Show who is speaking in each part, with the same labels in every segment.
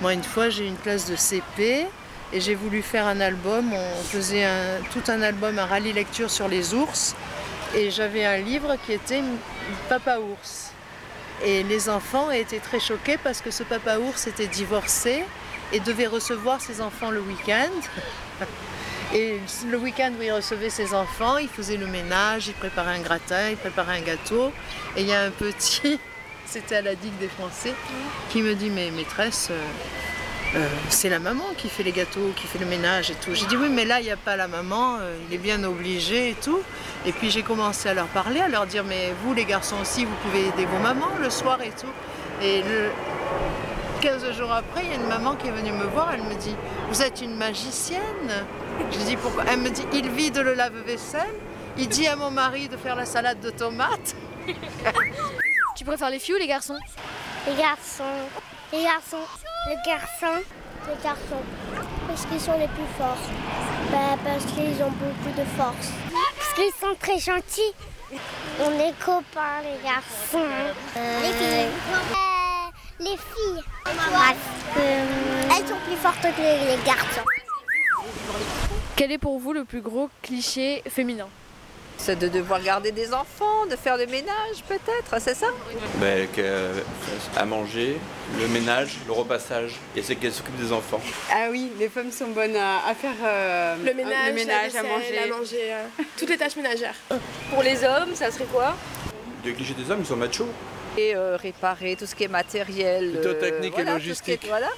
Speaker 1: Moi, une fois, j'ai eu une classe de CP et j'ai voulu faire un album. On faisait un- tout un album, un rallye lecture sur les ours. Et j'avais un livre qui était Papa ours. Et les enfants étaient très choqués parce que ce papa ours était divorcé et devait recevoir ses enfants le week-end. Et le week-end où il recevait ses enfants, il faisait le ménage, il préparait un gratin, il préparait un gâteau. Et il y a un petit, c'était à la digue des Français, qui me dit Mais maîtresse, euh, euh, c'est la maman qui fait les gâteaux, qui fait le ménage et tout. J'ai dit Oui, mais là, il n'y a pas la maman, euh, il est bien obligé et tout. Et puis j'ai commencé à leur parler, à leur dire Mais vous, les garçons aussi, vous pouvez aider vos mamans le soir et tout. Et le, 15 jours après, il y a une maman qui est venue me voir, elle me dit Vous êtes une magicienne Je lui dis pourquoi Elle me dit Il vide le lave-vaisselle, il dit à mon mari de faire la salade de tomates.
Speaker 2: Tu préfères les filles ou les garçons
Speaker 3: Les garçons. Les garçons. Les garçons. Les garçons. Parce qu'ils sont les plus forts. Bah, parce qu'ils ont beaucoup de force. Parce qu'ils sont très gentils. On est copains, les garçons. les filles. les filles. Parce que. euh, Elles sont plus fortes que les garçons.
Speaker 2: Quel est pour vous le plus gros cliché féminin
Speaker 4: C'est de devoir garder des enfants, de faire le ménage peut-être, c'est ça
Speaker 5: Ben, que, euh, à manger, le ménage, le repassage, et c'est qu'elle s'occupe des enfants.
Speaker 6: Ah oui, les femmes sont bonnes à, à faire euh,
Speaker 7: Le ménage,
Speaker 6: le ménage
Speaker 7: la
Speaker 6: à
Speaker 7: vaisselle,
Speaker 6: manger.
Speaker 7: à manger, euh, toutes les tâches ménagères.
Speaker 8: Pour les hommes, ça serait quoi
Speaker 5: Les clichés des hommes, ils sont machos.
Speaker 4: Et euh, réparer tout ce qui est matériel. euh,
Speaker 5: Plutôt technique et
Speaker 4: voilà, tout ce qui est-
Speaker 5: logistique.
Speaker 4: voilà.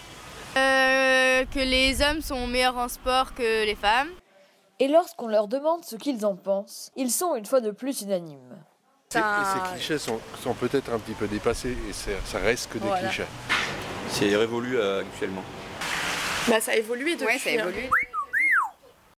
Speaker 7: Euh,
Speaker 8: Que les hommes sont meilleurs en sport que les femmes.
Speaker 9: Et lorsqu'on leur demande ce qu'ils en pensent, ils sont une fois de plus unanimes.
Speaker 10: C'est-
Speaker 8: Ça-
Speaker 10: et Ces clichés sont, sont peut-être un petit peu dépassés et c'est- ça reste que des
Speaker 8: Voilà.
Speaker 10: clichés.
Speaker 5: C'est révolu euh, actuellement.
Speaker 7: Bah, ça a évolué depuis.
Speaker 6: Ouais, ça
Speaker 7: hein.
Speaker 6: évolue.